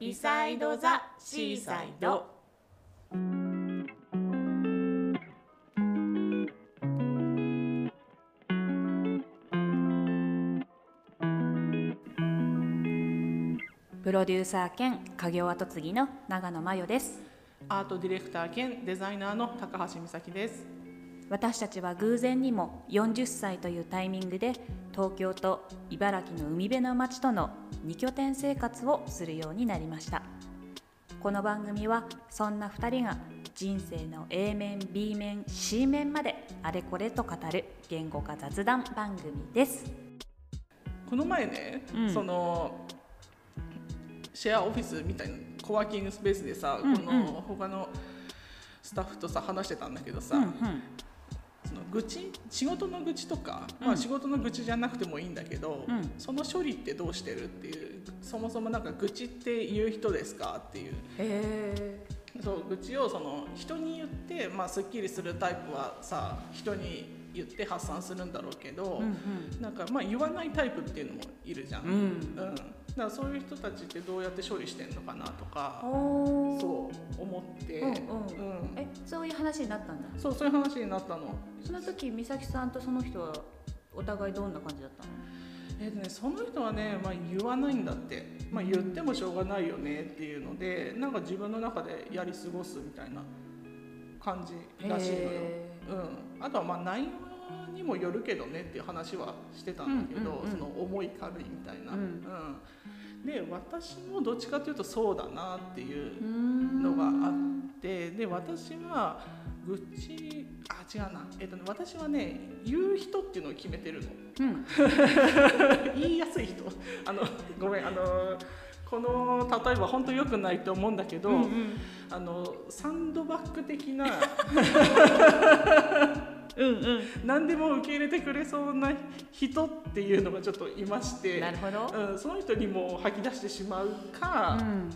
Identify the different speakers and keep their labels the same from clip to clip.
Speaker 1: ビサイドザシーサイド。
Speaker 2: プロデューサー兼家業跡継ぎの長野真代です
Speaker 1: アートディレクター兼デザイナーの高橋美咲です。
Speaker 2: 私たちは偶然にも40歳というタイミングで東京と茨城の海辺の町との2拠点生活をするようになりましたこの番組はそんな2人が人生の A 面 B 面 C 面まであれこれと語る言語化雑談番組です
Speaker 1: この前ね、
Speaker 2: うん
Speaker 1: そのシェアオフィスみたいなコワーキングスペースでさ、
Speaker 2: うんうん
Speaker 1: この他のスタッフとさ話してたんだけどさ、
Speaker 2: うんうん
Speaker 1: その愚痴仕事の愚痴とか、
Speaker 2: うん
Speaker 1: まあ、仕事の愚痴じゃなくてもいいんだけど、
Speaker 2: うん
Speaker 1: その処理ってどうしてるっていうそもそもなんか愚痴って言う人ですかっていう
Speaker 2: へ
Speaker 1: そう愚痴をその人に言って、まあ、すっきりするタイプはさ人に言って発散するんだろうけど、
Speaker 2: うん
Speaker 1: なんかまあ言わないタイプっていうのもいるじゃん、
Speaker 2: うんう
Speaker 1: うん
Speaker 2: ん
Speaker 1: だからそういう人たちってどうやって処理してんのかなとか
Speaker 2: おー
Speaker 1: そう思って、
Speaker 2: うん
Speaker 1: うん
Speaker 2: えそういう話になったんだ
Speaker 1: そうそういう話になったの。
Speaker 2: その時美咲さんとその人はお互いどんな感じだったの
Speaker 1: えっとね、その人はね、まあ、言わないんだって、まあ、言ってもしょうがないよねっていうのでなんか自分の中でやり過ごすみたいな感じらしいのよ。
Speaker 2: へ
Speaker 1: うん、あとはまあ内容にもよるけどねっていう話はしてたんだけど、
Speaker 2: うんうんうん
Speaker 1: その重い軽いみたいな。
Speaker 2: うん
Speaker 1: うんで私もどっちかというとそうだなっていう
Speaker 2: ーうーん
Speaker 1: のがあってで私は愚痴あ違うな、えっとね、私はね言う人っていうのを決めてるの。
Speaker 2: うん
Speaker 1: 言いやすい人 あのごめんあのこの例えば本当良くないと思うんだけど、
Speaker 2: うんうん
Speaker 1: あのサンドバッグ的な
Speaker 2: うん
Speaker 1: 何でも受け入れてくれそうな人っていうのがちょっといまして
Speaker 2: なるほど
Speaker 1: うん、その人にも吐き出してしまうか、
Speaker 2: ん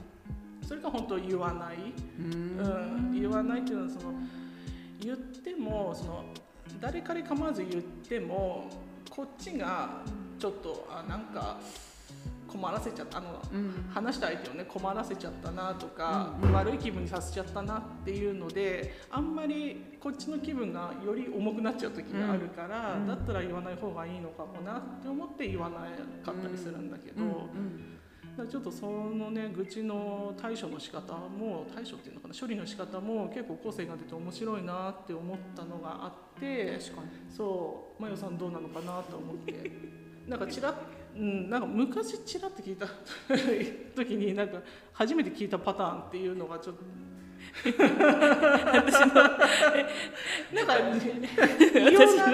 Speaker 1: それか本当言わない、
Speaker 2: う
Speaker 1: うんん、言わないっていうのはその言ってもその誰かに構わず言ってもこっちがちょっとあなんか困らせちゃったあの
Speaker 2: うん
Speaker 1: 話した相手をね困らせちゃったなとか、
Speaker 2: うんうん
Speaker 1: 悪い気分にさせちゃったなっていうのであんまりこっちの気分がより重くなっちゃう時があるから、
Speaker 2: うんうん
Speaker 1: だったら言わない方がいいのかもなって思って言わなかったりするんだけど、
Speaker 2: うん
Speaker 1: だからちょっとそのね愚痴の対処の仕方も対処っていうのかな処理の仕方も結構個性が出て面白いなって思ったのがあって
Speaker 2: 確かに
Speaker 1: そうマヨさんどうなのかなと思ってなんかちらっうん、なんか昔ちらって聞いた時になんか初めて聞いたパターンっていうのがちょっ と私のなんか異様な、う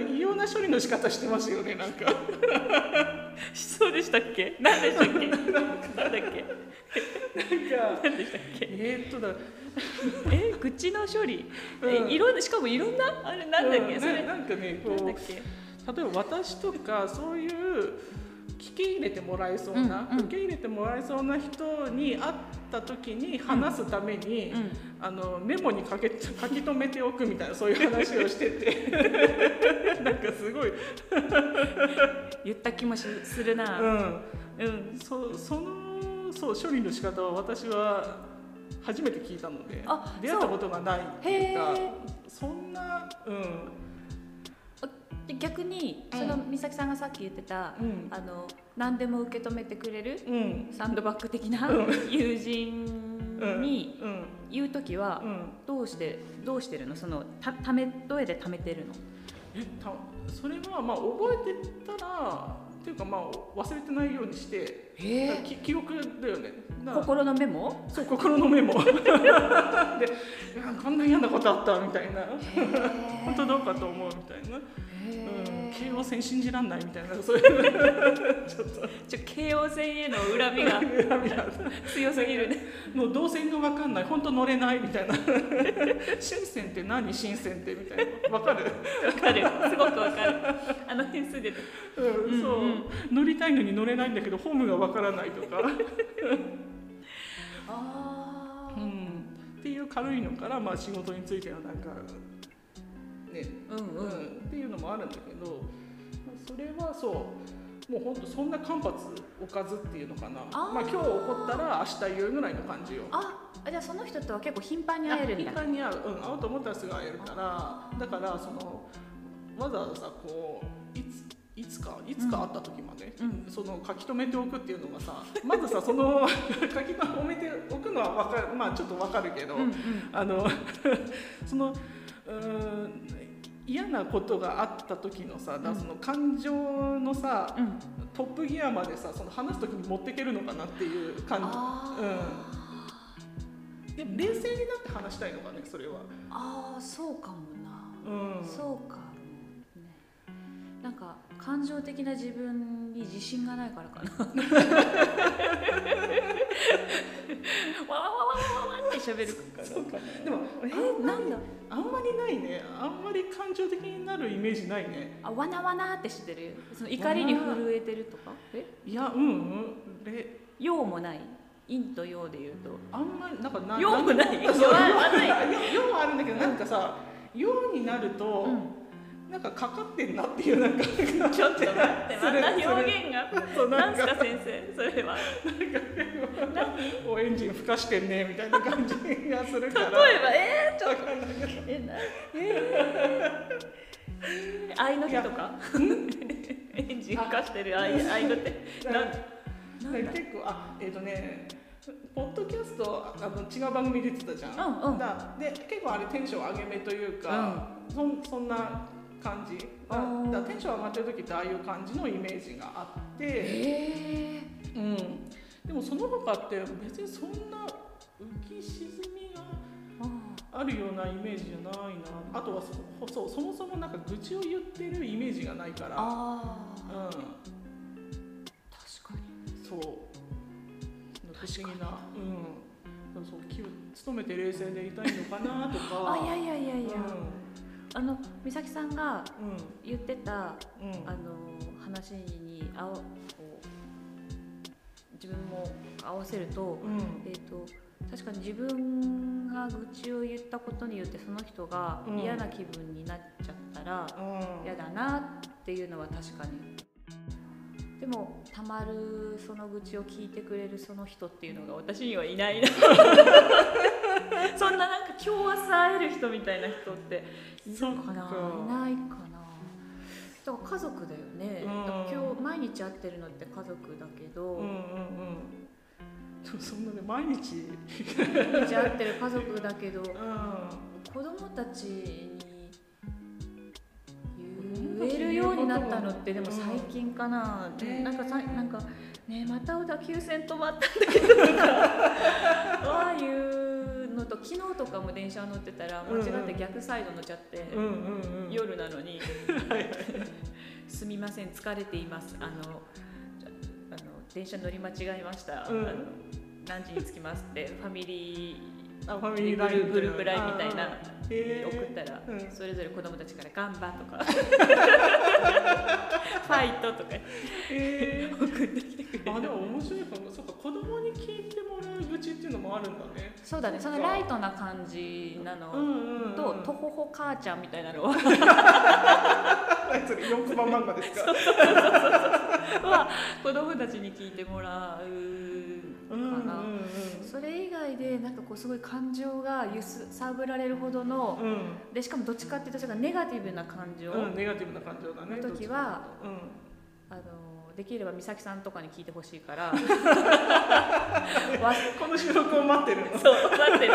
Speaker 1: ん、異様な処理の仕方してますよねなんか
Speaker 2: そうでしたっけ何でしたっけ何だっけ
Speaker 1: 何でしたっけえーっとだ
Speaker 2: え口の処理
Speaker 1: うん
Speaker 2: えいろんなしかもいろんなあれなんだっ
Speaker 1: う
Speaker 2: け
Speaker 1: ん
Speaker 2: それ
Speaker 1: ななんかねこ
Speaker 2: なんだ
Speaker 1: う
Speaker 2: っけ
Speaker 1: 例えば私とかそういう聞き入れてもらえそうな、
Speaker 2: うんうん
Speaker 1: 受け入れてもらえそうな人に会った時に話すために、
Speaker 2: うん
Speaker 1: あのメモに書け書き留めておくみたいなそういう話をし ててなんかすごい、
Speaker 2: 言った気もしするな
Speaker 1: う
Speaker 2: うん
Speaker 1: ん、そそのそう処理の仕方は私は初めて聞いたので
Speaker 2: あ
Speaker 1: 出会ったことがないってい
Speaker 2: へ
Speaker 1: うか
Speaker 2: え
Speaker 1: そんな、うん
Speaker 2: で逆に
Speaker 1: うん
Speaker 2: その美咲さんがさっき言ってた、
Speaker 1: うん
Speaker 2: あの何でも受け止めてくれる
Speaker 1: うん
Speaker 2: サンドバッグ的な
Speaker 1: う
Speaker 2: 友人に
Speaker 1: うん
Speaker 2: 言う時は
Speaker 1: うん、
Speaker 2: どうしてどうしてるのそのたためどうやって貯めてるの
Speaker 1: えたそれはまあ覚えてたらっていうかまあ忘れてないようにして、だからき記憶だよねだから
Speaker 2: 心のメモ
Speaker 1: そう心のメモ でいやこんな嫌なことあったみたいな本当どうかと思うみたいな、うん、京王線信じらんないみ たいなそういう
Speaker 2: ちょ京王線への恨みが
Speaker 1: 恨みが
Speaker 2: 強すぎるね
Speaker 1: もう動線が分かんない本当乗れないみたいな 新線って何新線ってみたいな分かる、
Speaker 2: わかるすごくわかるあの辺住んでた
Speaker 1: うん
Speaker 2: うん
Speaker 1: そう
Speaker 2: うん
Speaker 1: 乗りたいのに乗れないんだけどホームが分からないとか
Speaker 2: あ
Speaker 1: う
Speaker 2: ー
Speaker 1: ん、っていう軽いのから、まあ、仕事についてはなんかね、
Speaker 2: うん
Speaker 1: う
Speaker 2: うんん
Speaker 1: っていうのもあるんだけどまあそれはそうもう本当そんな間髪置かずっていうのかな
Speaker 2: あー
Speaker 1: まあ今日起こったら明日言うぐらいの感じよ
Speaker 2: あじゃあその人とは結構頻繁に会えるんだ
Speaker 1: あ頻繁に会う、うん、会おうと思ったらすぐ会えるからだからそのわざわざこういついつかいつか会った時まで、
Speaker 2: うん
Speaker 1: その書き留めておくっていうのがさまずさその 書き留めておくのはわかるまあちょっとわかるけど、
Speaker 2: うんうん
Speaker 1: あの そのうーん嫌なことがあった時のさだからその感情のさ、
Speaker 2: うん
Speaker 1: トップギアまでさその話す時に持っていけるのかなっていう感
Speaker 2: あー、
Speaker 1: じでも冷静になって話したいのかねそれは。
Speaker 2: あーそうかもな、
Speaker 1: うん
Speaker 2: そうかもねなんか感情的な自分に自信がないからかなわわわわわわって喋るから
Speaker 1: そうかでもえ
Speaker 2: えなんだ
Speaker 1: あんまりないねあんまり感情的になるイメージないね
Speaker 2: あわなわなってしてるその怒りに震えてるとかえ
Speaker 1: いやうんうんで
Speaker 2: 陽もない陰と陽で言うと
Speaker 1: あんまりなんかな
Speaker 2: 陽もない
Speaker 1: そう
Speaker 2: わわない
Speaker 1: 用 はあるんだけどなんかさ用になると、
Speaker 2: うん
Speaker 1: なんかかかってんなっていうなんかちょっと 待
Speaker 2: でもあんな表現が
Speaker 1: そうな
Speaker 2: 何
Speaker 1: ん
Speaker 2: す
Speaker 1: か
Speaker 2: か先生それは
Speaker 1: おエンジンふかしてんねみたいな感じがする
Speaker 2: 例
Speaker 1: か
Speaker 2: え
Speaker 1: ら
Speaker 2: ばえー、ちょっとえなえー、愛の手とかエンジン化してる愛愛の手な
Speaker 1: な
Speaker 2: なんだ
Speaker 1: 結構あえっ、とねポッドキャストあの違う番組出てたじゃん、
Speaker 2: うんうん
Speaker 1: だで結構あれテンション上げめというか、そん、そんな感じだ
Speaker 2: あー
Speaker 1: だテンション上がってる時ってああいう感じのイメージがあって、
Speaker 2: え
Speaker 1: うん、でもその他って別にそんな浮き沈みが
Speaker 2: ー、あ
Speaker 1: あるようなイメージじゃないなあとはそそうそもそもなんか愚痴を言ってるイメージがないから、
Speaker 2: あー
Speaker 1: うん、
Speaker 2: 確かに
Speaker 1: そう
Speaker 2: 確かに
Speaker 1: 不思議な、うん、そう気を勤めて冷静でいたいのかなと か
Speaker 2: あいやいやいや
Speaker 1: うん
Speaker 2: いや、あの美咲さんが言ってた
Speaker 1: うんうん
Speaker 2: あの話にあおこう自分も合わせると、えー、と確かに自分が愚痴を言ったことによってその人が
Speaker 1: うん
Speaker 2: 嫌な気分になっちゃったら
Speaker 1: うん
Speaker 2: 嫌だなっていうのは確かにでもたまるその愚痴を聞いてくれるその人っていうのが私にはいない なそんななんか今日明日会える人みたいな人っているか
Speaker 1: そっ
Speaker 2: な
Speaker 1: か
Speaker 2: いないかなだから家族だよね、
Speaker 1: うん
Speaker 2: だから今日毎日会ってるのって家族だけど、
Speaker 1: うんうんうんでもそんな ね毎日
Speaker 2: 毎日会ってる家族だけど
Speaker 1: う
Speaker 2: 子供たちに言えるようになったのってでも最近かな、
Speaker 1: うん
Speaker 2: なんかさなんかねまた小田急線止まったんだけどとかああいうのと昨日とかも電車乗ってたら間違って逆サイド乗っちゃって、
Speaker 1: んうんうんうん
Speaker 2: 夜なのに「すみません疲れています」あのちょあの「電車乗り間違えました」
Speaker 1: うん
Speaker 2: あの何時に着きます」ってファミリー
Speaker 1: あファ
Speaker 2: グル
Speaker 1: ライン
Speaker 2: ーグループラインみたい
Speaker 1: あ
Speaker 2: な
Speaker 1: あへ
Speaker 2: 送っ
Speaker 1: え
Speaker 2: たら、
Speaker 1: うん
Speaker 2: それぞれ子供たちから「ガンバ」と か「ファイト」とか
Speaker 1: へえ
Speaker 2: 送ってきてくれる
Speaker 1: あでも面白いかもそうか子供に聞いてもらう愚痴っていうのもあるんだね
Speaker 2: そうだねそのライトな感じな
Speaker 1: うん
Speaker 2: の
Speaker 1: うんうん
Speaker 2: と「とほほ母ちゃん」みたいなの は
Speaker 1: 何それ四コマ漫画ですか
Speaker 2: は子供たちに聞いてもらうか
Speaker 1: うんうんうん
Speaker 2: な。それ以外でなんかこうすごい感情が揺さぶられるほどの
Speaker 1: うん
Speaker 2: でしかもどっちかっていうとそれがネガティブな感情
Speaker 1: うん、
Speaker 2: の
Speaker 1: ネガティブな感情だね。
Speaker 2: 時は、
Speaker 1: うん、
Speaker 2: あのできれば美咲さんとかに聞いてほしいから わ
Speaker 1: この収録を待ってるの。
Speaker 2: そう待ってる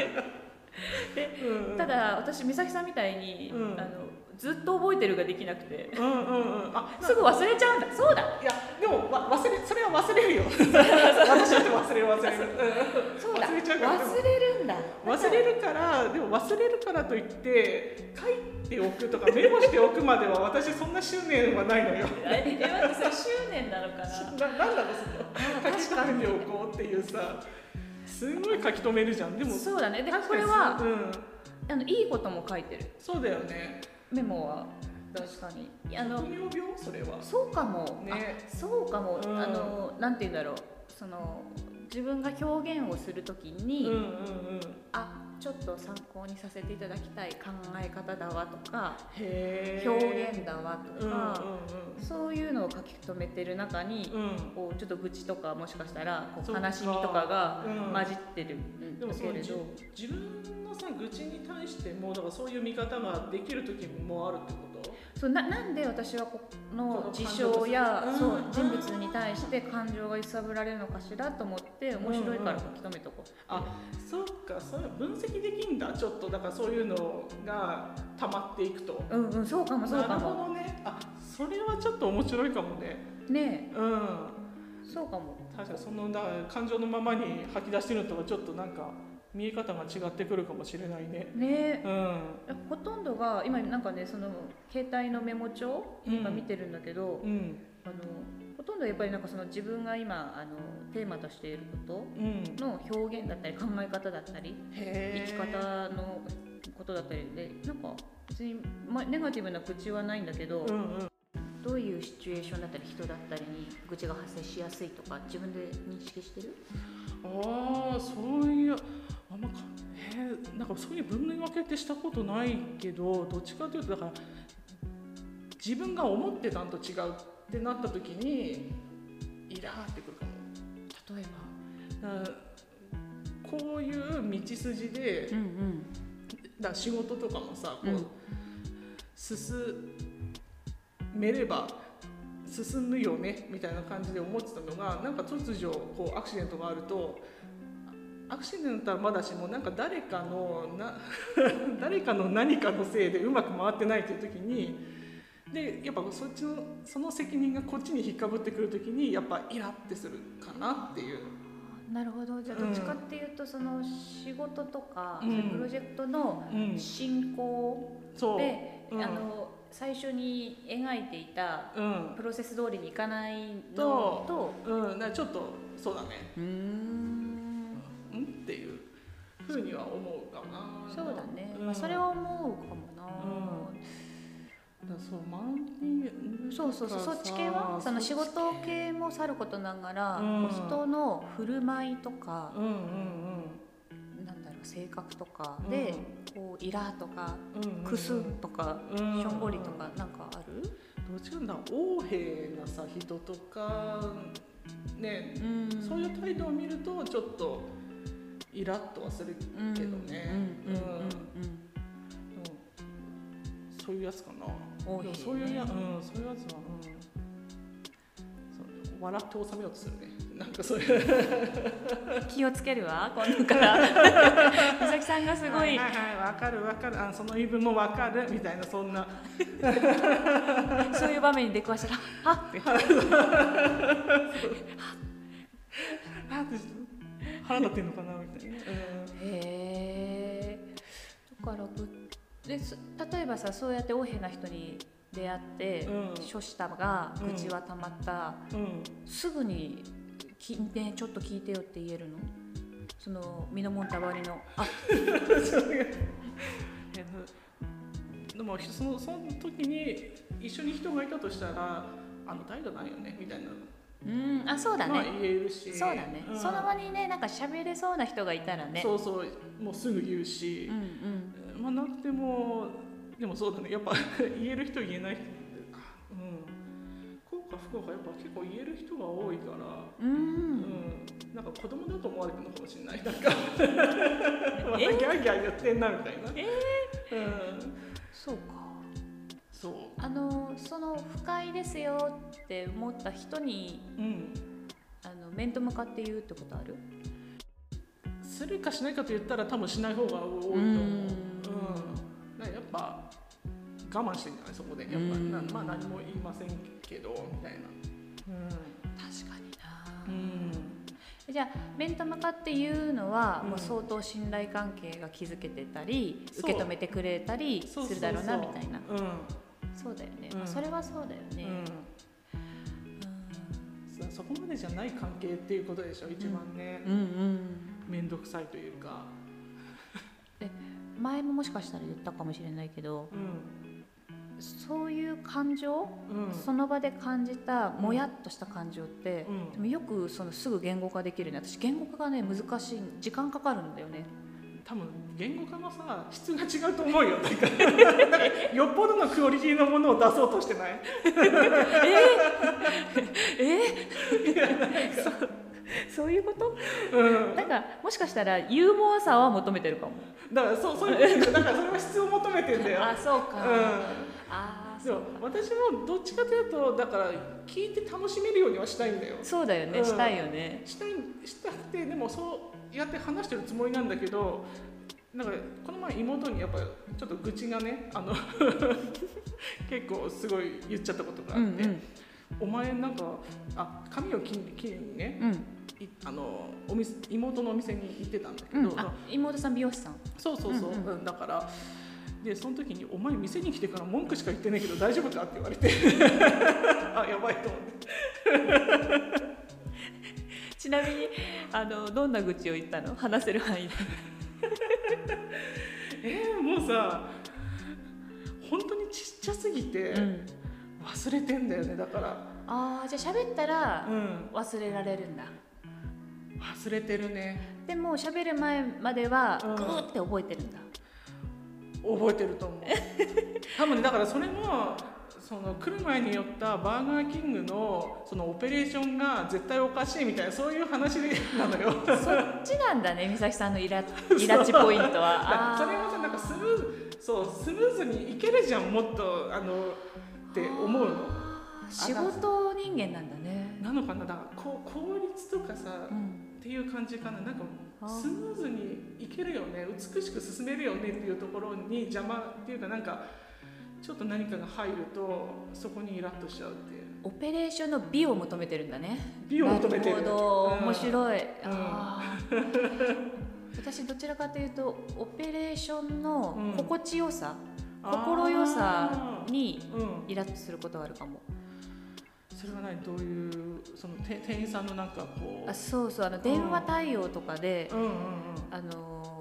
Speaker 1: うんうん、
Speaker 2: ただ私美咲さんみたいに、
Speaker 1: うん
Speaker 2: あのずっと覚えてるができなくて
Speaker 1: うんうんうん、あ、
Speaker 2: すぐ忘れちゃうんだそうだ
Speaker 1: いや、でも、わ、忘れ、それは忘れるよ。 私だって忘れる、忘れ る。
Speaker 2: そうだ
Speaker 1: 忘れちゃうから
Speaker 2: 忘れるんだ
Speaker 1: うん忘れるから、でも忘れるからといって、書いておくとか、メモしておくまでは、私そんな執念はないのよ。
Speaker 2: ええ待ってそれ執念なのかな
Speaker 1: な、なんだろう、その、書き
Speaker 2: 確か
Speaker 1: 留
Speaker 2: に
Speaker 1: めておこうっていうさ。すごい書き留めるじゃん、 でも。
Speaker 2: そうだねで
Speaker 1: 確
Speaker 2: こ
Speaker 1: かに
Speaker 2: れは
Speaker 1: うん、
Speaker 2: あのいいことも書いてる
Speaker 1: そうだよね。
Speaker 2: メモは確かにいやあの
Speaker 1: 糖尿病、それは。
Speaker 2: そうかも、
Speaker 1: ね
Speaker 2: あそうかも、
Speaker 1: うん
Speaker 2: あのなんて言うんだろうその自分が表現をするとき
Speaker 1: うん
Speaker 2: に、
Speaker 1: うんうん。
Speaker 2: あちょっと参考にさせていただきたい考え方だわとか
Speaker 1: へえ
Speaker 2: 表現だわ
Speaker 1: う
Speaker 2: と
Speaker 1: んうん
Speaker 2: か、そういうのを書き留めてる中に、
Speaker 1: うんうん
Speaker 2: こうちょっと愚痴とかもしかしたらこ
Speaker 1: そうっか
Speaker 2: 悲しみとかが
Speaker 1: うん
Speaker 2: 混じってるん
Speaker 1: でも
Speaker 2: だ
Speaker 1: その
Speaker 2: けれ
Speaker 1: 自
Speaker 2: ど、
Speaker 1: 自分のさ愚痴に対してもだからそういう見方ができる時もあるってこと
Speaker 2: そうななんで私はこの事象
Speaker 1: この
Speaker 2: や
Speaker 1: 感情
Speaker 2: そう
Speaker 1: うん
Speaker 2: 人物に対して感情が揺さぶられるのかしらと思って面白いから書き留めとこう。
Speaker 1: あそっかそれ分析できんだちょっとだからそういうのが溜まっていくと
Speaker 2: うんうん、そうかもそう
Speaker 1: な
Speaker 2: か
Speaker 1: る
Speaker 2: も
Speaker 1: ほどねあそれはちょっと面白いかもね
Speaker 2: ね
Speaker 1: うん
Speaker 2: えそうかも
Speaker 1: 確かにそのだから感情のままに吐き出してるのとはちょっとなんか見え方が違ってくるかもしれないね
Speaker 2: ねえ
Speaker 1: うん
Speaker 2: ほとんどが今なんかねその携帯のメモ帳
Speaker 1: うん
Speaker 2: 今見てるんだけど、
Speaker 1: うん
Speaker 2: あのほとんどやっぱりなんかその自分が今あのテーマとしているこ
Speaker 1: うん
Speaker 2: との表現だったり考え方だったり生
Speaker 1: へ
Speaker 2: き
Speaker 1: え
Speaker 2: 方のことだったりでなんか別に、まあ、ネガティブな愚痴はないんだけど、
Speaker 1: うんうん
Speaker 2: どういうシチュエーションだったり人だったりに愚痴が発生しやすいとか自分で認識してる
Speaker 1: ああそういうあんまかへえなんかそういう分類分けってしたことないけどどっちかというとだから自分が思ってたんと違うってなった時にイラーってくるかも
Speaker 2: 例え
Speaker 1: だからこういう道筋で
Speaker 2: ば、うんうん、
Speaker 1: だから仕事とかもさ
Speaker 2: う
Speaker 1: こう、
Speaker 2: ん
Speaker 1: 進めれば進むよねみたいな感じで思ってたのがなんか突如こうアクシデントがあるとアクシデントはまだしもなんか誰かのな 誰かの何かのせいでうまく回ってないっていう時にでやっぱそっちのその責任がこっちに引っかぶってくる時にやっぱイラってするかなっていう。
Speaker 2: なるほどじゃあ
Speaker 1: う
Speaker 2: ど
Speaker 1: ん
Speaker 2: っちかっていうとその仕事とか、
Speaker 1: うん
Speaker 2: そういうプロジェクトの
Speaker 1: うん、
Speaker 2: 進行
Speaker 1: そう、
Speaker 2: で、
Speaker 1: うん
Speaker 2: あの最初に描いていた
Speaker 1: うん
Speaker 2: プロセス通りにいかないの
Speaker 1: と
Speaker 2: と
Speaker 1: うん、だからちょっとそうだね
Speaker 2: うん
Speaker 1: うんっていうふうには思うかな。
Speaker 2: そうだね、
Speaker 1: うん
Speaker 2: まあ、それは思うかもな、
Speaker 1: だからそう周りに
Speaker 2: そうそうそうそっち系はその仕事系もさることながら、
Speaker 1: うん
Speaker 2: こう人の振る舞いとか
Speaker 1: うんうん
Speaker 2: なんだろう性格とか
Speaker 1: うん
Speaker 2: で、こうイラとか
Speaker 1: うんうんうん
Speaker 2: クスンとか、
Speaker 1: うん
Speaker 2: しょんぼりとかなんかある、
Speaker 1: どっちかだ横柄なさ人とかね、
Speaker 2: うん
Speaker 1: そういう態度を見るとちょっとイラッとはするけどね
Speaker 2: うんうんうんうん
Speaker 1: うんそういうやつかな。
Speaker 2: 横柄ね
Speaker 1: でもそういうや、うん、そういうやつは、うんそう。笑って収めようとするね。なんかそういう。
Speaker 2: 気をつけるわ今度から 美咲さんがすご
Speaker 1: はいははい、わかるわかる。あ、その言い分もわかるみたいなそんな。
Speaker 2: そういう場面に出くわしたら「あ
Speaker 1: あって腹立ってんのかなみたいな。
Speaker 2: へえだからぶです例えばさそうやって横柄な人に出会って、
Speaker 1: うん
Speaker 2: 処したが
Speaker 1: うん
Speaker 2: 愚痴はたまった、
Speaker 1: うん。
Speaker 2: すぐにき、ね「ちょっと聞いてよ」って言えるのその身のもんたばりの「あ
Speaker 1: えでもそのその時に一緒に人がいたとしたら、あの態度ないよねみたいな。
Speaker 2: うんあそうだ
Speaker 1: まあ
Speaker 2: ね」
Speaker 1: 言えるし。
Speaker 2: そうだね、
Speaker 1: ん
Speaker 2: その場にねなんか喋れそうな人がいたらね
Speaker 1: そうそう、もうすぐ言うし
Speaker 2: う、んうん
Speaker 1: まあなくてもでもそうだねやっぱ 言える人言えない人うん幸か不幸かやっぱ結構言える人が多いから
Speaker 2: うー
Speaker 1: うんんなんか子供だと思われてるのかもしれないなんかまた ギ
Speaker 2: え
Speaker 1: ャーギャー言ってんなみたいなうん
Speaker 2: そうか
Speaker 1: そう
Speaker 2: あのその不快ですよって思った人に
Speaker 1: うん
Speaker 2: あの面と向かって言うってことある
Speaker 1: するかしないかと言ったら多分しない方が多いと思うう
Speaker 2: うん
Speaker 1: んなんかやっぱ我慢してんじゃないそこでやっぱ
Speaker 2: うん
Speaker 1: なまあ何も言いませんけどみたいな
Speaker 2: 確かにな、
Speaker 1: うん
Speaker 2: じゃあ面と向かって言うのは、
Speaker 1: うん
Speaker 2: もう相当信頼関係が築けてたり
Speaker 1: そう
Speaker 2: 受け止めてくれたりす
Speaker 1: そうそうそう
Speaker 2: るだろうなみたいな
Speaker 1: うん
Speaker 2: そうだよね、
Speaker 1: うん
Speaker 2: まあそれはそうだよね、
Speaker 1: うんそそこまでじゃない関係っていうことでしょ一番ね
Speaker 2: うん、うん
Speaker 1: 面倒くさいというか、
Speaker 2: 前ももしかしたら言ったかもしれないけど
Speaker 1: うん
Speaker 2: そういう感情、
Speaker 1: うん
Speaker 2: その場で感じたもやっとした感情って、
Speaker 1: うん
Speaker 2: でもよくそのすぐ言語化できるね私言語化がね難しい時間かかるんだよね
Speaker 1: 多分言語化のさ質が違うと思うよだからだからよっぽどのクオリティのものを出そうとしてない
Speaker 2: え そうそういうこと
Speaker 1: うん
Speaker 2: なんかもしかしたらユーモアさは求めてるかも
Speaker 1: だからそうそういうことだからそれは質を求めてんだよ
Speaker 2: あそう
Speaker 1: う
Speaker 2: か、
Speaker 1: ん
Speaker 2: あー
Speaker 1: で
Speaker 2: そ
Speaker 1: も
Speaker 2: う
Speaker 1: 私もどっちかというとだから聞いて楽しめるようにはしたいんだよ
Speaker 2: そうだよね、
Speaker 1: うん
Speaker 2: したいよね
Speaker 1: したいしたくてでもそうやって話してるつもりなんだけどなんかこの前妹にやっぱちょっと愚痴がねあの 結構すごい言っちゃったことがあ
Speaker 2: う
Speaker 1: っ
Speaker 2: ん
Speaker 1: て、
Speaker 2: うん
Speaker 1: お前なんかあ髪を切り切りにね
Speaker 2: うん
Speaker 1: いあのお店妹のお店に行ってたんだけど、
Speaker 2: うん、あ妹さん美容師さん
Speaker 1: そうそうそう、
Speaker 2: うんうん
Speaker 1: うんだからでその時に「お前店に来てから文句しか言ってないけど大丈夫か?」って言われて あやばいと思って
Speaker 2: ちなみにあのどんな愚痴を言ったの話せる範囲で
Speaker 1: えーもうさ本当にちっちゃすぎて
Speaker 2: うん、
Speaker 1: 忘れてんだよねだから
Speaker 2: ああじゃあ喋ったら
Speaker 1: うん
Speaker 2: 忘れられるんだ
Speaker 1: 忘れてるね
Speaker 2: でも喋る前までは
Speaker 1: うん
Speaker 2: グーって覚えてるんだ、
Speaker 1: 覚えてると 思う多分ねだからそれもその来る前に寄ったバーガーキングのそのオペレーションが絶対おかしいみたいなそういう話なのよ
Speaker 2: そっちなんだね美咲さんの イライラチポイントはあー
Speaker 1: それはさなんかスムーズそうスムーズにいけるじゃんもっとあのって思うの
Speaker 2: あー仕事人間なんだね、
Speaker 1: なのかなだからこう効率とかさ
Speaker 2: うん、
Speaker 1: っていう感じかななんか
Speaker 2: あー
Speaker 1: スムーズにいけるよね美しく進めるよねっていうところに邪魔っていうかなんかちょっと何かが入るとそこにイラッとしちゃうっていう
Speaker 2: オペレーションの美を求めてるんだね
Speaker 1: 美を求めてる
Speaker 2: なるほど
Speaker 1: うん
Speaker 2: 面白い、
Speaker 1: うん
Speaker 2: あー私どちらかというとオペレーションの
Speaker 1: うん
Speaker 2: 心地よさ、
Speaker 1: あー
Speaker 2: 心よさに
Speaker 1: うん
Speaker 2: イラッとすることがあるかも
Speaker 1: それは何どういうそのて店員さんのなんかこう
Speaker 2: あそうそうあの電話対応とかで、
Speaker 1: うんうんうん
Speaker 2: あのー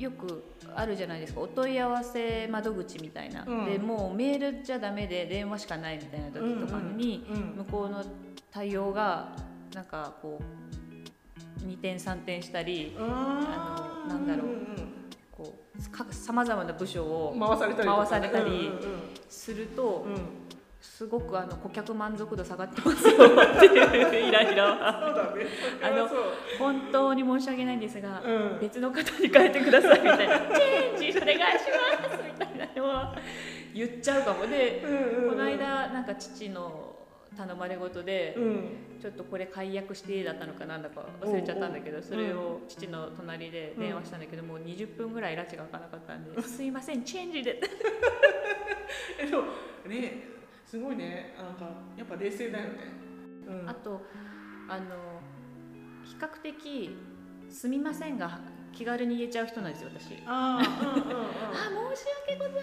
Speaker 2: よくあるじゃないですかお問い合わせ窓口みたいな、
Speaker 1: うん
Speaker 2: でもうメールじゃダメで電話しかないみたいな時とかに、
Speaker 1: うんうん
Speaker 2: 向こうの対応がなんかこう2点3点したり
Speaker 1: あー
Speaker 2: あのなんだろうんこうさまざまな部署
Speaker 1: うん
Speaker 2: を
Speaker 1: 回されたりとか
Speaker 2: 回されたり
Speaker 1: うんうん
Speaker 2: すると
Speaker 1: うんうん
Speaker 2: すごくあの顧客満足度下がってますよっていうイライラは
Speaker 1: そうだね
Speaker 2: あの
Speaker 1: そう
Speaker 2: 本当に申し訳ないんですが、
Speaker 1: うん
Speaker 2: 別の方に変えてくださいみたいな「チェンジお願いします」みたいなのは言っちゃうかもで、
Speaker 1: うんうんうん
Speaker 2: この間なんか父の頼まれ事で、
Speaker 1: うん
Speaker 2: ちょっとこれ解約してだったのかなんだか忘れちゃったんだけど、
Speaker 1: おうおう
Speaker 2: それを父の隣で電話したんだけど、もう20分ぐらい拉致が開かなかったんで「すいませんチェンジで」
Speaker 1: えでもねすごいねなんかやっぱ冷静だよねうん
Speaker 2: あとあの比較的「すみません」が気軽に言えちゃう人なんですよ私。
Speaker 1: あーうんうん
Speaker 2: あ申し訳ございま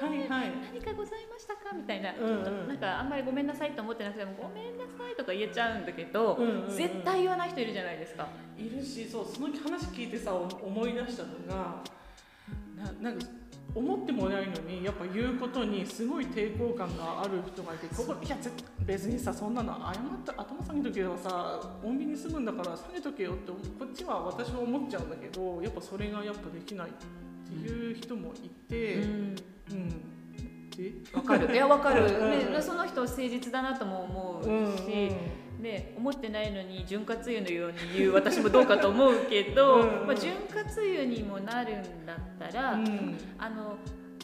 Speaker 2: せん、
Speaker 1: はいはい
Speaker 2: 何かございましたかみたいな、
Speaker 1: うんうん
Speaker 2: ちょっとなんかあんまりごめんなさいと思ってなくてもごめんなさいとか言えちゃうんだけど、
Speaker 1: うんうんうん
Speaker 2: 絶対言わない人いるじゃないですか、
Speaker 1: うんいるしそうその話聞いてさお思い出したのがななんか思ってもないのにやっぱ言うことにすごい抵抗感がある人がいてここいや絶別にさそんなの謝った頭下げとけばさ穏便に住むんだから下げとけよってこっちは私は思っちゃうんだけどやっぱそれがやっぱできないっていう人もいて、うん、で
Speaker 2: わかるいやわかる、
Speaker 1: うんうんうん
Speaker 2: ね、その人誠実だなとも思うし、ね、思ってないのに潤滑油のように言う私もどうかと思うけど
Speaker 1: うんうん
Speaker 2: まあ、潤滑油にもなるんだったら、
Speaker 1: うん
Speaker 2: あの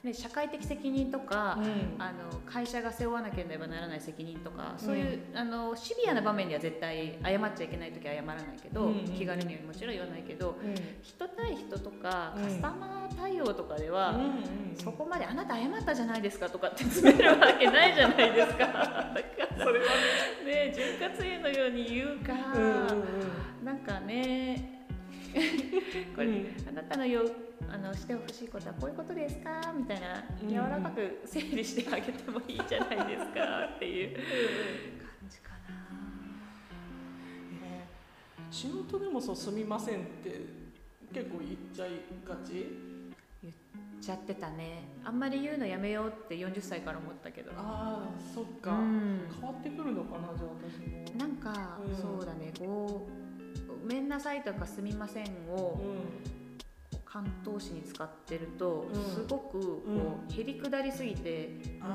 Speaker 2: ね、社会的責任とか、
Speaker 1: うん
Speaker 2: あの会社が背負わなければならない責任とかそういう、あのシビアな場面には絶対謝っちゃいけない時は謝らないけど、
Speaker 1: うんうん
Speaker 2: 気軽にはもちろん言わないけど人対人とか
Speaker 1: うん
Speaker 2: カスタマー対応とかで
Speaker 1: うん
Speaker 2: は、
Speaker 1: うん
Speaker 2: そこまで「あなた謝ったじゃないですか」とかって詰めるわけないじゃないですか。だから
Speaker 1: それは
Speaker 2: ね潤滑油のように言うか、
Speaker 1: うんうん
Speaker 2: なんかねこれ、
Speaker 1: うん
Speaker 2: あなたのよあのしてほしいことはこういうことですかみたいな
Speaker 1: うん
Speaker 2: 柔らかく整理してあげてもいいじゃないですかっていう感じか
Speaker 1: うんね仕事でもそうすみませんって結構言っちゃいがち
Speaker 2: なちゃってたねあんまり言うのやめようって40歳から思ったけど
Speaker 1: ああそっか、
Speaker 2: うん
Speaker 1: 変わってくるのかなじゃあ私も
Speaker 2: なんか、
Speaker 1: うん
Speaker 2: そうだねこう「ごめんなさい」とか「すみませんを」
Speaker 1: う
Speaker 2: 考担当詞に使ってると、
Speaker 1: うん
Speaker 2: すごくこう、へりくだりすぎて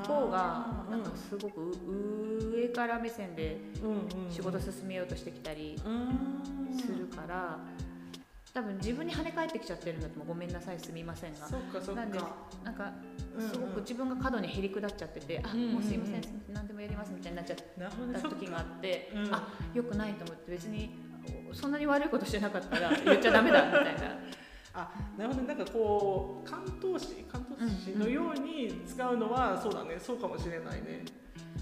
Speaker 2: 向こうが
Speaker 1: あー
Speaker 2: なんかすごくう上から目線で
Speaker 1: うんうん
Speaker 2: 仕事進めようとしてきたり
Speaker 1: うん
Speaker 2: するから、多分自分に跳ね返ってきちゃってるんだと思うごめんなさいすみませんが
Speaker 1: そっかそっ
Speaker 2: なんで
Speaker 1: か
Speaker 2: なんか
Speaker 1: うんうん
Speaker 2: すごく自分が過度にへりくだっちゃってて、
Speaker 1: うんうんう
Speaker 2: あ
Speaker 1: ん
Speaker 2: もうすいません何でもやりますみたいになっちゃっ
Speaker 1: なるほどね
Speaker 2: た
Speaker 1: そっ
Speaker 2: 時があって、
Speaker 1: うん
Speaker 2: あ良くないと思って別にそんなに悪いことしてなかったら言っちゃダメだみた いな。
Speaker 1: あなるほどねなんかこう関東詞関東詞のように使うのはそうだねそうかもしれないね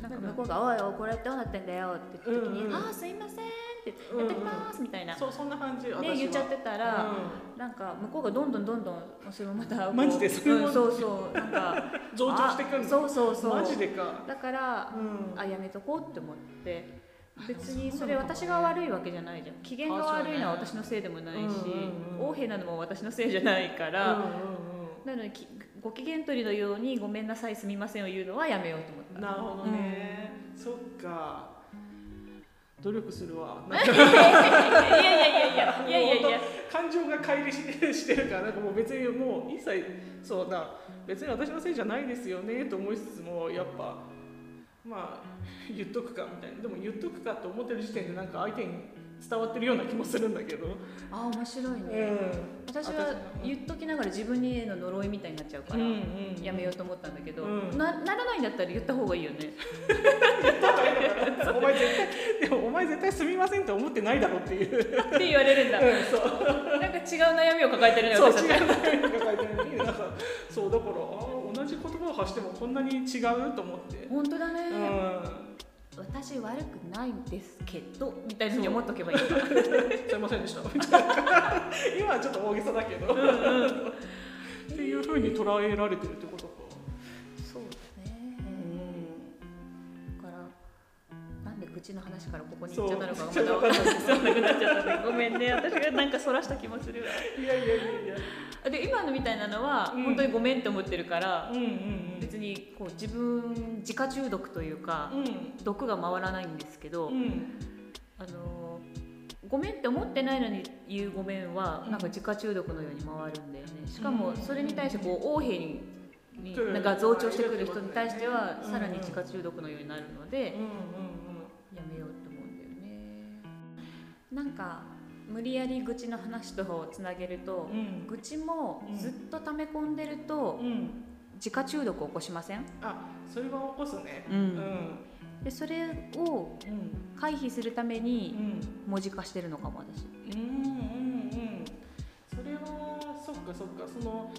Speaker 2: なんか向こうが「おいおいこれどうなってんだよ」って言った時に「
Speaker 1: うんうん
Speaker 2: ああすいません」って「やってきます」みたいな、
Speaker 1: そうそんな感じ私は
Speaker 2: ね、言っちゃってたら、
Speaker 1: う
Speaker 2: なんか向こうがどんどんどんどんそれもまたこう
Speaker 1: マジでそれも
Speaker 2: うんそうそうなん か
Speaker 1: ん増長してくる
Speaker 2: あ
Speaker 1: の
Speaker 2: そうそうそう
Speaker 1: マジでか
Speaker 2: だから、
Speaker 1: うん
Speaker 2: あやめとこうって思って別に
Speaker 1: あ
Speaker 2: それ
Speaker 1: うなのか
Speaker 2: 私が悪いわけじゃないじゃん機嫌が悪いのは
Speaker 1: あそうね
Speaker 2: 私のせいでもないし
Speaker 1: うんうんうん
Speaker 2: 横柄なのも私のせいじゃないから、
Speaker 1: う
Speaker 2: なのできご機嫌取りのように「ごめんなさいすみません」を言うのはやめようと思っ
Speaker 1: んうん
Speaker 2: た
Speaker 1: うんなるほどね、そっか努力する わなんか
Speaker 2: い やいやいやいやいやいやいや
Speaker 1: 感情が乖離してしてるからなんかもう別にもう一切そうだ別に私のせいじゃないですよねと思いつつもやっぱまあ言っとくかみたいなでも言っとくかって思ってる時点でなんか相手に伝わってるような気もするんだけど、
Speaker 2: あ面白いね、
Speaker 1: う
Speaker 2: 私
Speaker 1: 私
Speaker 2: は
Speaker 1: も
Speaker 2: 言っときながら自分にへの呪いみたいになっちゃうから、
Speaker 1: ん
Speaker 2: やめようと思ったんだけど、
Speaker 1: うん
Speaker 2: なならないんだったら言った方がいいよね
Speaker 1: お前絶対 でもお前絶対すみませんと思ってないだろっていう、
Speaker 2: って言われるんだ
Speaker 1: うんそう
Speaker 2: なんか違う悩みを抱えてるね
Speaker 1: そう
Speaker 2: 私た
Speaker 1: 違
Speaker 2: ち
Speaker 1: う悩みが書いてあるのになんかそうだからあ同じ言葉を発してもこんなに違うと思って、
Speaker 2: 本当だね、
Speaker 1: うん、
Speaker 2: 私悪くないんですけどみたいなふうに思っとけばいいか
Speaker 1: すいませんでしたみたいな 今はちょっと大げさだけど、っていうふうに捉えられてるってことか、
Speaker 2: そうだねだからなんで口の話からここに行っちゃったのか
Speaker 1: そう
Speaker 2: がまた分かんないなくなっちゃったねごめんね私がなんかそらした気もするわ
Speaker 1: いやいやいやいや
Speaker 2: で今のみたいなのは、
Speaker 1: うん
Speaker 2: 本当にごめんって思ってるから、
Speaker 1: うんうん
Speaker 2: 別にこう自分自家中毒というか、
Speaker 1: うん
Speaker 2: 毒が回らないんですけど、
Speaker 1: うん
Speaker 2: あのーごめんって思ってないのに言うごめんは、
Speaker 1: うん
Speaker 2: なんか自家中毒のように回るんだよねしか
Speaker 1: う
Speaker 2: も
Speaker 1: ん
Speaker 2: それに対してこう横柄にに
Speaker 1: 来る
Speaker 2: なんか増長してくる人に対しては、
Speaker 1: うん
Speaker 2: さらに自家中毒のようになるので
Speaker 1: う、ん
Speaker 2: やめようと思うんだよねなんか無理やり愚痴の話とつなげると、
Speaker 1: うんうん
Speaker 2: 愚痴もずっと溜め込んでると、
Speaker 1: うん
Speaker 2: 自家中毒を起こしません、
Speaker 1: あそれは起こすね
Speaker 2: う
Speaker 1: うん
Speaker 2: んでそれを
Speaker 1: うん
Speaker 2: 回避するため
Speaker 1: う
Speaker 2: に
Speaker 1: ん
Speaker 2: 文字化してるのかも私
Speaker 1: うんうんうんそれはそっかそっかその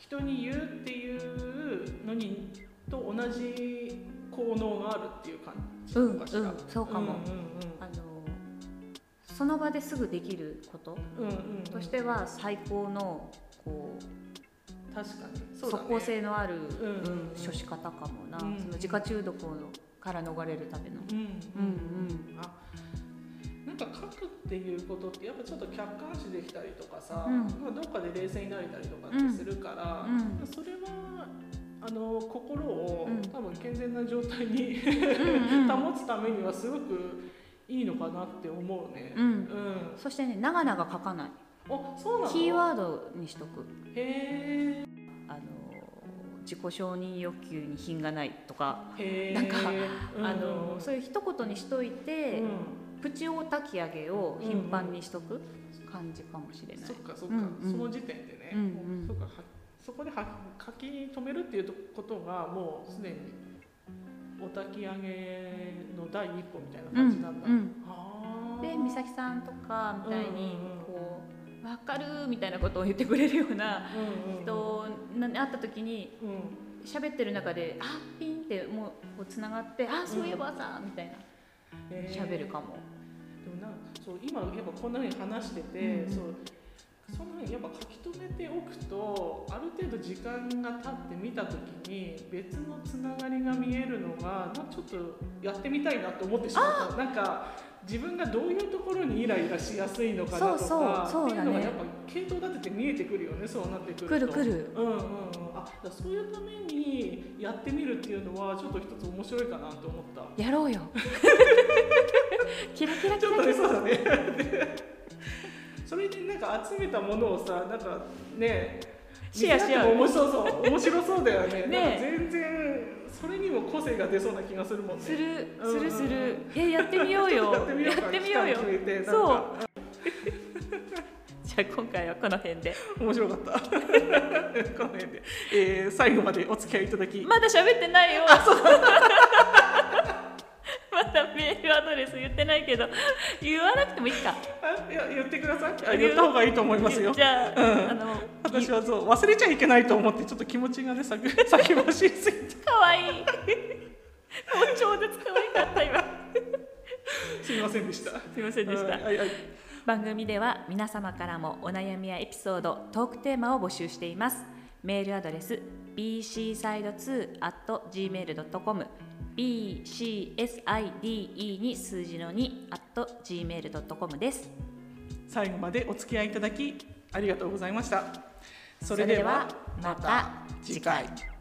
Speaker 1: 人に言うっていうのにと同じ効能があるっていう感じ
Speaker 2: うんうん
Speaker 1: かしら
Speaker 2: そうかも、
Speaker 1: う
Speaker 2: あのその場ですぐできること
Speaker 1: んうんうんうんうん
Speaker 2: としては最高のこう
Speaker 1: 確かにそうだ
Speaker 2: 即
Speaker 1: ね
Speaker 2: 効性のある、
Speaker 1: うんうんうん
Speaker 2: 処し方かもな、
Speaker 1: うん
Speaker 2: その自家中毒から逃れるための、
Speaker 1: うん
Speaker 2: うんうん
Speaker 1: あなんか書くっていうことってやっぱちょっと客観視できたりとかさ、
Speaker 2: うん
Speaker 1: まあどっかで冷静になれたりとかっ
Speaker 2: うん
Speaker 1: てするから、
Speaker 2: うん
Speaker 1: それはあの心を、
Speaker 2: うん
Speaker 1: 多分健全な状態に
Speaker 2: うんうん
Speaker 1: 保つためにはすごくいいのかなって思うね。
Speaker 2: うん
Speaker 1: うん。
Speaker 2: そしてね長々書かない
Speaker 1: あ、そうなの。
Speaker 2: キーワードにしとく
Speaker 1: へ
Speaker 2: あの自己承認欲求に品がないとか、
Speaker 1: え。へえ。
Speaker 2: なんか
Speaker 1: うん
Speaker 2: あのそういう一言にしといて、
Speaker 1: うん
Speaker 2: プチお焚き上げを頻繁にしとく感じかもしれない
Speaker 1: そっ。かそっか、
Speaker 2: うんうん
Speaker 1: その時点でね、
Speaker 2: うんうん
Speaker 1: そっかはそこでは書き留めるっていうことがもうすでにお焚き上げの第一歩みたいな感じなんだ、
Speaker 2: うんうん
Speaker 1: あー
Speaker 2: で美咲さんとかみたいに
Speaker 1: うんうんうん
Speaker 2: こう「分かる」みたいなことを言ってくれるような
Speaker 1: うんうん
Speaker 2: 人に会った時に
Speaker 1: うん
Speaker 2: 喋ってる中で「あピン」ってもうつながって「あそういえばさ」みたいな
Speaker 1: えー
Speaker 2: 喋るかも。
Speaker 1: でもなんかそう今やっぱこんなふうに話してて、
Speaker 2: うんうん
Speaker 1: そうそんなふうにやっぱ書き留めておくとある程度時間が経って見た時に別のつながりが見えるのがなんかちょっとやってみたいなと思ってしまったなんか自分がどういうところにイライラしやすいのかなとか
Speaker 2: そうそうそうだね
Speaker 1: っていうのがやっぱ系統立てて見えてくるよねそうなってくると。
Speaker 2: くるくる
Speaker 1: うんうんうん、あだからそういうためにやってみるっていうのはちょっと一つ面白いかなと思った。
Speaker 2: やろう よ。キラキラキ
Speaker 1: ちょっ
Speaker 2: ラ
Speaker 1: と
Speaker 2: キ
Speaker 1: ね、
Speaker 2: ラ。
Speaker 1: そうだね。それでなんか集めたものをさなんかね
Speaker 2: シェアし合う
Speaker 1: 見せ合っても面白そう面白そうだよね
Speaker 2: ね
Speaker 1: なんか全然それにも個性が出そうな気がするもんね
Speaker 2: する
Speaker 1: うん
Speaker 2: するするえやってみようよ
Speaker 1: やってみようか
Speaker 2: やってみようよ
Speaker 1: 期間決めてなんか
Speaker 2: そう じゃあ今回はこの辺で
Speaker 1: 面白かった この辺で、えー最後までお付き合いいただき
Speaker 2: まだ喋ってないよ まだメールアドレス言ってないけど言わなくてもいいか
Speaker 1: あいや言ってくださいあ言った方がいいと思いますよ
Speaker 2: じゃあ、
Speaker 1: うん
Speaker 2: あの
Speaker 1: 私はそう忘れちゃいけないと思ってちょっと気持ちがね先先走りすぎて
Speaker 2: かわいいもう超絶かわいかった今
Speaker 1: すみませんでした
Speaker 2: すいませんでした
Speaker 1: はいはい
Speaker 2: 番組では皆様からもお悩みやエピソードトークテーマを募集していますメールアドレス bcside2 gmail.com bcside に数字の2 gmail.com です
Speaker 1: 最後までお付き合いいただきありがとうございましたそれでは
Speaker 2: それでは
Speaker 1: ま
Speaker 2: ま
Speaker 1: た
Speaker 2: た
Speaker 1: 次
Speaker 2: 次
Speaker 1: 回
Speaker 2: 回